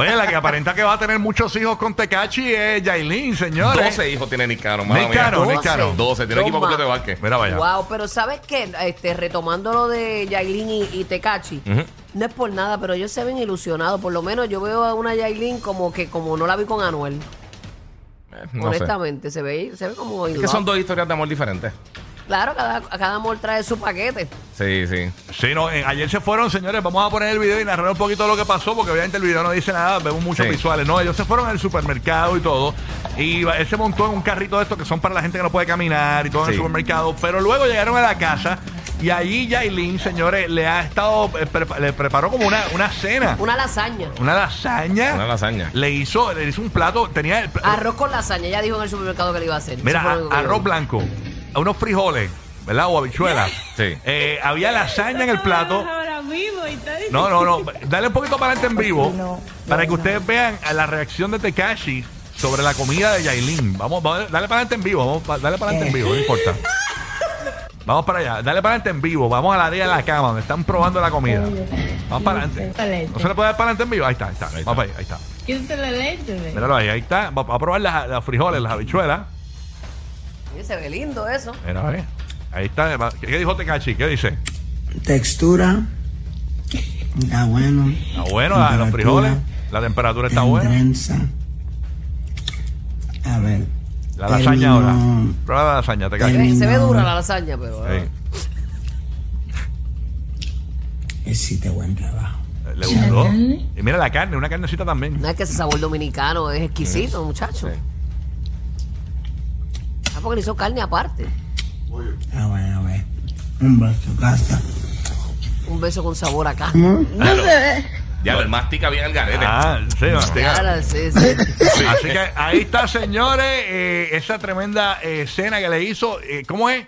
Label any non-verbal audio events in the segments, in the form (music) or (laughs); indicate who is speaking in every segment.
Speaker 1: Oye, la que aparenta que va a tener muchos hijos con Tecachi es Yailin, señores.
Speaker 2: 12 hijos tiene Nicano, mala mía.
Speaker 1: Nicaro, Nicaro.
Speaker 2: 12, tiene
Speaker 3: Dos
Speaker 2: equipo
Speaker 3: más.
Speaker 2: completo de básquet.
Speaker 1: Mira, vaya.
Speaker 3: Wow, pero ¿sabes qué? Este, retomando lo de Yailin y, y Tecachi, no es por nada, pero ellos se ven ilusionados. Por lo menos yo veo a una Yailin como que como no la vi con Anuel.
Speaker 2: Eh, No sé.
Speaker 3: honestamente, se ve, se ve como
Speaker 2: Es
Speaker 3: in
Speaker 2: que son
Speaker 3: love.
Speaker 2: dos historias de amor diferentes.
Speaker 3: Claro, cada, cada amor trae su paquete.
Speaker 2: Sí, sí.
Speaker 1: Sí, no, eh, ayer se fueron, señores. Vamos a poner el video y narrar un poquito lo que pasó, porque obviamente el video no dice nada, vemos muchos
Speaker 2: Sí.
Speaker 1: visuales. No, ellos se fueron al supermercado y todo. Y va- él se montó en un carrito de estos que son para la gente que no puede caminar y todo en el
Speaker 2: Sí.
Speaker 1: supermercado. Pero luego llegaron a la casa y allí Yailin, señores, le ha estado, eh, prepa- le preparó como una, una cena.
Speaker 3: Una lasaña.
Speaker 1: Una lasaña.
Speaker 2: Una lasaña.
Speaker 1: Le hizo, le hizo un plato, tenía el,
Speaker 3: Arroz con lasaña, ella dijo en el supermercado que le iba a hacer.
Speaker 1: Mira,
Speaker 3: Eso fue lo único
Speaker 1: a-
Speaker 3: que
Speaker 1: arroz
Speaker 3: yo-
Speaker 1: blanco, a unos frijoles, ¿verdad? O
Speaker 3: (laughs)
Speaker 1: habichuelas.
Speaker 2: Sí.
Speaker 1: Eh, había lasaña en el plato.
Speaker 4: Ahora mismo y está diciendo-
Speaker 1: No, no, no. Dale un poquito para adelante en vivo
Speaker 5: No,
Speaker 1: para
Speaker 5: no,
Speaker 1: que ustedes vean a la reacción de Tekashi sobre la comida de Yailin. Vamos, vamos, dale para adelante en vivo. Vamos, pa- dale para adelante en vivo, no importa. Vamos para allá. Dale para adelante en vivo. Vamos a la área de la cama donde están probando la comida. Vamos para adelante. ¿No se le puede dar para adelante en vivo? Ahí está, ahí está. Vamos para allá, ahí está.
Speaker 4: ¿Quién se la leche? ve?
Speaker 1: Míralo ahí, ahí está. Va va a probar las, las frijoles, las habichuelas.
Speaker 3: Oye, Se ve lindo eso.
Speaker 1: Mira, a ver. Ahí está. va- ¿Qué, qué dijo Tekashi? ¿Qué dice?
Speaker 5: Textura. Está bueno.
Speaker 1: Está bueno, la- los
Speaker 5: Temperatura.
Speaker 1: frijoles. La temperatura está buena.
Speaker 5: Tendrenza. A ver.
Speaker 1: La lasaña ahora.
Speaker 5: Término-
Speaker 1: Prueba la lasaña,
Speaker 3: Se
Speaker 1: Tekashi.
Speaker 3: ve- Se ve
Speaker 5: No.
Speaker 3: dura la lasaña, pero.
Speaker 1: Sí.
Speaker 5: Hiciste buen trabajo.
Speaker 1: Le gustó. Y mira la carne, una carnecita también.
Speaker 3: No es que ese sabor dominicano es exquisito, muchacho.
Speaker 2: Sí.
Speaker 3: Ah, porque le hizo carne aparte.
Speaker 5: Está Ah, bueno, a ver. Un vaso de pasta.
Speaker 3: Un beso con sabor acá.
Speaker 2: Ya, el mastica bien el garete.
Speaker 1: Ah, sí, manteca.
Speaker 2: (laughs)
Speaker 3: Claro, sí, sí.
Speaker 1: Así que ahí está, señores, eh, esa tremenda eh, cena que le hizo. Eh, ¿Cómo es?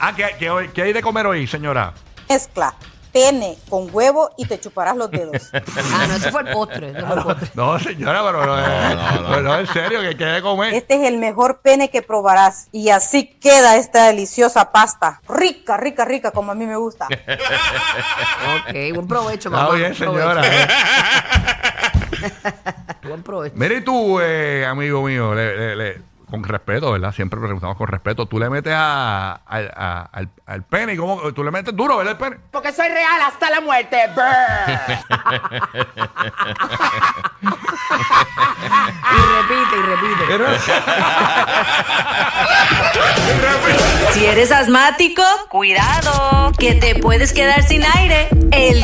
Speaker 1: Ah, ¿qué, qué, hoy- qué hay de comer hoy, señora?
Speaker 6: Mezcla pene con huevo y te chuparás los dedos.
Speaker 3: Ah, no, ese fue el postre. ese fue el postre.
Speaker 1: No, señora, pero no, eh,
Speaker 2: No, no, no.
Speaker 1: pero no, en serio, que qué hay de comer.
Speaker 6: Este es el mejor pene que probarás. Y así queda esta deliciosa pasta. Rica, rica, rica, como a mí me gusta.
Speaker 3: Ok, buen provecho, mamá.
Speaker 1: Está bien,
Speaker 3: buen provecho.
Speaker 1: señora. eh.
Speaker 3: Buen provecho.
Speaker 1: Mira, y tú, eh, amigo mío, le- le- le- con respeto, ¿verdad? Siempre preguntamos con respeto. Tú le metes a, al- a- al, al pene, ¿cómo? Tú le metes duro, ¿verdad? El pene.
Speaker 3: (laughs)
Speaker 7: Porque soy real hasta la muerte. Brr.
Speaker 3: Y repite, y repite.
Speaker 8: Si eres asmático, cuidado, que te puedes quedar sin aire. El